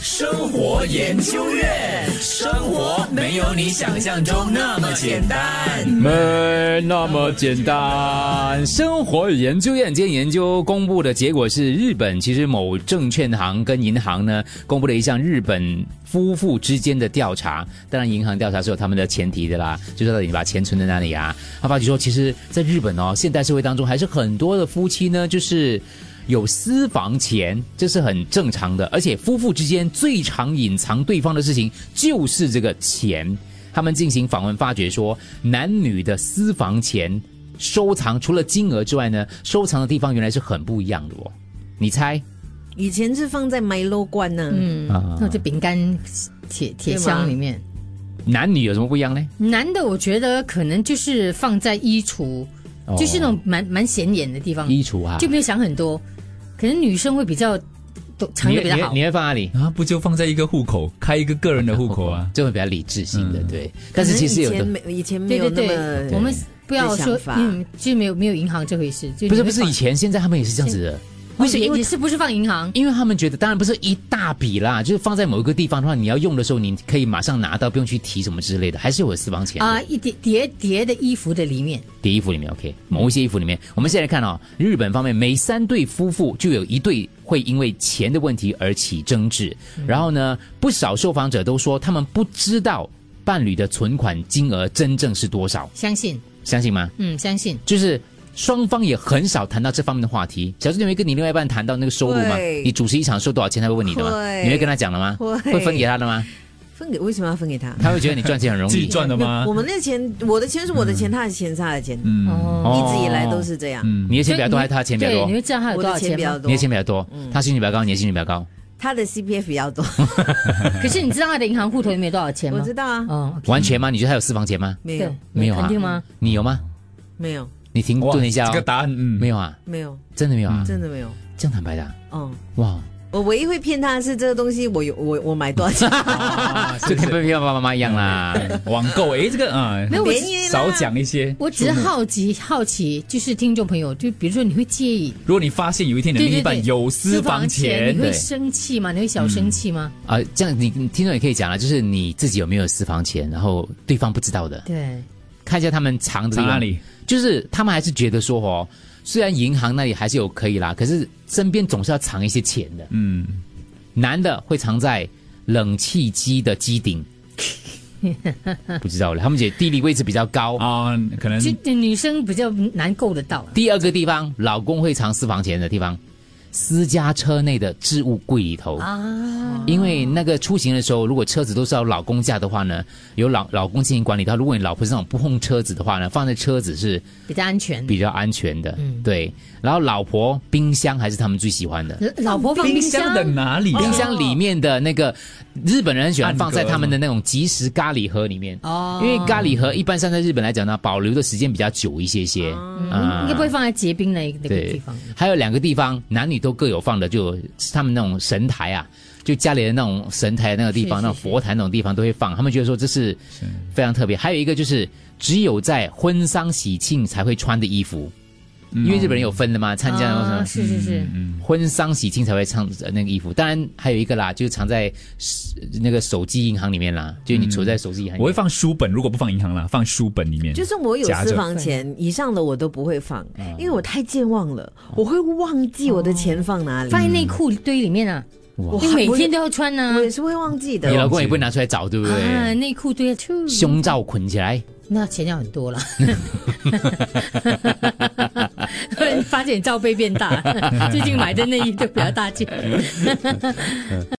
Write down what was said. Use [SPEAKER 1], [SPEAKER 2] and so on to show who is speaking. [SPEAKER 1] 生活研究院，生活没有你想象中那么简单。
[SPEAKER 2] 没那么简单。生活研究院今天研究公布的结果是，日本其实某证券行跟银行呢公布了一项日本夫妇之间的调查。当然，银行调查是有他们的前提的啦，就是到底你把钱存在哪里啊？他发觉说，其实在日本哦，现代社会当中还是很多的夫妻呢，就是。有私房钱，这是很正常的，而且夫妇之间最常隐藏对方的事情就是这个钱。他们进行访问，发觉说男女的私房钱收藏，除了金额之外呢，收藏的地方原来是很不一样的哦。你猜
[SPEAKER 3] 以前是放在 Milo 罐呢、
[SPEAKER 4] 嗯
[SPEAKER 2] 啊，
[SPEAKER 4] 那就饼干铁铁箱里面。
[SPEAKER 2] 男女有什么不一样呢？
[SPEAKER 4] 男的我觉得可能就是放在衣橱，
[SPEAKER 2] 哦
[SPEAKER 4] 就是那种蛮蛮显眼的地方，
[SPEAKER 2] 衣橱啊，
[SPEAKER 4] 就没有想很多。可能女生会比较都藏
[SPEAKER 2] 你
[SPEAKER 4] 的比较
[SPEAKER 2] 你
[SPEAKER 4] 好。
[SPEAKER 2] 你会放哪里？
[SPEAKER 1] 啊，不就放在一个户口，开一个个人的户 口啊？
[SPEAKER 2] 就会比较理智型的，
[SPEAKER 1] 嗯
[SPEAKER 2] 对。但是其实有
[SPEAKER 3] 可
[SPEAKER 2] 的
[SPEAKER 3] 能以前没以前没
[SPEAKER 4] 对
[SPEAKER 3] 有
[SPEAKER 4] 对
[SPEAKER 3] 那么
[SPEAKER 4] 对，我们不要
[SPEAKER 3] 的想
[SPEAKER 4] 说
[SPEAKER 3] 法
[SPEAKER 4] 嗯，就没有没有银行这回事，就
[SPEAKER 2] 不是
[SPEAKER 4] 你
[SPEAKER 2] 不
[SPEAKER 4] 会
[SPEAKER 2] 是
[SPEAKER 4] 放
[SPEAKER 2] 以前，现在他们也是这样子的。
[SPEAKER 4] 哦
[SPEAKER 2] 为什么？
[SPEAKER 4] 也
[SPEAKER 2] 因为
[SPEAKER 4] 也是不是放银行？
[SPEAKER 2] 因为他们觉得，当然不是一大笔啦，就是放在某一个地方的话，你要用的时候，你可以马上拿到，不用去提什么之类的，还是有私房钱的
[SPEAKER 4] 啊，一叠叠叠的衣服的里面，
[SPEAKER 2] 叠衣服里面，OK，某一些衣服里面，我们现在看哦，日本方面每三对夫妇就有一对会因为钱的问题而起争执，然后呢，不少受访者都说他们不知道伴侣的存款金额真正是多少，
[SPEAKER 4] 相信，
[SPEAKER 2] 相信吗？
[SPEAKER 4] 嗯，相信。
[SPEAKER 2] 就是双方也很少谈到这方面的话题。小志，你会跟你另外一半谈到那个收入吗？
[SPEAKER 3] 会
[SPEAKER 2] 你主持一场收多少钱，他会问你的吗？
[SPEAKER 3] 会
[SPEAKER 2] 你会跟他讲的吗？
[SPEAKER 3] 会
[SPEAKER 2] 会分给他的 吗？
[SPEAKER 3] 分给为什么要分给他？
[SPEAKER 2] 他会觉得你赚钱很容
[SPEAKER 1] 自己
[SPEAKER 2] 易。
[SPEAKER 1] 赚的吗
[SPEAKER 3] 那我？们那钱，我的钱是我的钱，他的钱是他的钱，
[SPEAKER 1] 嗯
[SPEAKER 4] 哦，
[SPEAKER 3] 一直以来都是这样。
[SPEAKER 1] 嗯，
[SPEAKER 2] 你的钱比较多还
[SPEAKER 4] 所以
[SPEAKER 2] 是他的钱比较
[SPEAKER 4] 对，
[SPEAKER 2] 多
[SPEAKER 4] 你？会知道嗯他有
[SPEAKER 3] 我
[SPEAKER 4] 多
[SPEAKER 3] 的
[SPEAKER 4] 少
[SPEAKER 3] 钱
[SPEAKER 4] 钱
[SPEAKER 3] 比较
[SPEAKER 4] 吗？
[SPEAKER 2] 你
[SPEAKER 3] 多
[SPEAKER 2] 的，钱比较多，他薪水比较高，你的薪水比较高，
[SPEAKER 3] 他的 CPF 比较多，
[SPEAKER 4] 可是你知道他的银行户头里面有多少钱
[SPEAKER 3] 我
[SPEAKER 4] 吗
[SPEAKER 3] 知？道啊，
[SPEAKER 4] 哦，
[SPEAKER 2] 完全
[SPEAKER 1] 嗯
[SPEAKER 2] 吗？你觉得他有私房钱吗？
[SPEAKER 3] 没
[SPEAKER 4] 对
[SPEAKER 3] 有，
[SPEAKER 2] 没有啊
[SPEAKER 4] 肯定吗？
[SPEAKER 2] 你有吗？
[SPEAKER 3] 没有，
[SPEAKER 2] 你停
[SPEAKER 1] 哇
[SPEAKER 2] 顿一下
[SPEAKER 1] 这个
[SPEAKER 2] 哦，
[SPEAKER 1] 答案嗯
[SPEAKER 2] 没有啊，
[SPEAKER 3] 没有，
[SPEAKER 2] 真的没有啊，
[SPEAKER 4] 嗯
[SPEAKER 3] 真的没有。
[SPEAKER 2] 这样坦白的啊，
[SPEAKER 3] 嗯，
[SPEAKER 2] 哇，
[SPEAKER 3] 我唯一会骗他的是这个东西，我有我我买多少钱，
[SPEAKER 1] 啊，嗯
[SPEAKER 2] 这
[SPEAKER 1] 这
[SPEAKER 2] 跟
[SPEAKER 1] 个
[SPEAKER 2] 跟爸爸妈妈一样啦。
[SPEAKER 1] 网购诶，这个啊，
[SPEAKER 4] 没有，我
[SPEAKER 3] 便宜啦
[SPEAKER 1] 少讲一些。
[SPEAKER 4] 我只是好奇好奇，就是听众朋友，就比如说你会介意
[SPEAKER 1] 如果你发现有一天你的
[SPEAKER 4] 对对
[SPEAKER 1] 另一半
[SPEAKER 4] 对
[SPEAKER 1] 有私房
[SPEAKER 4] 钱，嗯
[SPEAKER 1] 钱，
[SPEAKER 4] 你会
[SPEAKER 1] 对
[SPEAKER 4] 生气吗？你会小生气吗？
[SPEAKER 2] 啊，这样你你听众也可以讲了，就是你自己有没有私房钱，然后对方不知道的，
[SPEAKER 4] 对，
[SPEAKER 2] 看一下他们藏的地
[SPEAKER 1] 在
[SPEAKER 2] 方
[SPEAKER 1] 哪里？
[SPEAKER 2] 就是他们还是觉得说哦，虽然银行那里还是有可以啦，可是身边总是要藏一些钱的。
[SPEAKER 1] 嗯，
[SPEAKER 2] 男的会藏在冷气机的机顶，不知道了。他们姐地理位置比较高。
[SPEAKER 1] 啊，可能
[SPEAKER 4] 就女生比较难够得到。
[SPEAKER 2] 第二个地方，老公会藏私房钱的地方，私家车内的置物柜里头。
[SPEAKER 4] 啊，
[SPEAKER 2] 因为那个出行的时候，如果车子都是要老公驾的话呢，由老老公进行管理的话。如果你老婆是那种不碰车子的话呢，放在车子是
[SPEAKER 4] 比较安全。
[SPEAKER 2] 比较安全的，
[SPEAKER 4] 嗯
[SPEAKER 2] 对。然后老婆冰箱还是他们最喜欢的，
[SPEAKER 4] 老婆放冰
[SPEAKER 1] 箱
[SPEAKER 4] 箱
[SPEAKER 1] 的哪里啊？
[SPEAKER 2] 冰箱里面的那个日本人很喜欢放在他们的那种即食咖喱盒里面，
[SPEAKER 4] 哦
[SPEAKER 2] 因为咖喱盒一般上在日本来讲呢，保留的时间比较久一些些啊
[SPEAKER 4] 应该不会放在结冰那一那个地
[SPEAKER 2] 对
[SPEAKER 4] 方。，
[SPEAKER 2] 还有两个地方男女都各有放的，就他们那种神台啊，就家里的那种神台那个地方，
[SPEAKER 4] 是是
[SPEAKER 2] 那种佛坛那种地方都会放，他们觉得说这是非常特别。还有一个就是只有在婚丧喜庆才会穿的衣服，因为日本人有分的嘛，参加那种
[SPEAKER 4] 啊，
[SPEAKER 2] 什么
[SPEAKER 4] 是是是，
[SPEAKER 2] 婚丧喜庆才会唱呃那个衣服。当然还有一个啦，就是藏在呃那个手机银行里面啦，就是你储在手机银行里面。
[SPEAKER 1] 我会放书本，如果不放银行啦，放书本里面。
[SPEAKER 3] 就算我有
[SPEAKER 1] 夹着
[SPEAKER 3] 私房钱以上的我都不会放，因为我太健忘了，我会忘记我的钱放哪里，
[SPEAKER 4] 放在内裤堆里面啊，
[SPEAKER 3] 我
[SPEAKER 4] 你每天
[SPEAKER 3] 都
[SPEAKER 4] 都要穿啊
[SPEAKER 3] 我也是会忘记的
[SPEAKER 2] 你。老公也不会拿出来找，对不
[SPEAKER 4] 啊，
[SPEAKER 2] 对？
[SPEAKER 4] 内裤堆啊，去
[SPEAKER 2] 胸罩捆起来，
[SPEAKER 4] 那钱要很多了。 突 然发现罩杯变大，最近买的内衣都比较大件。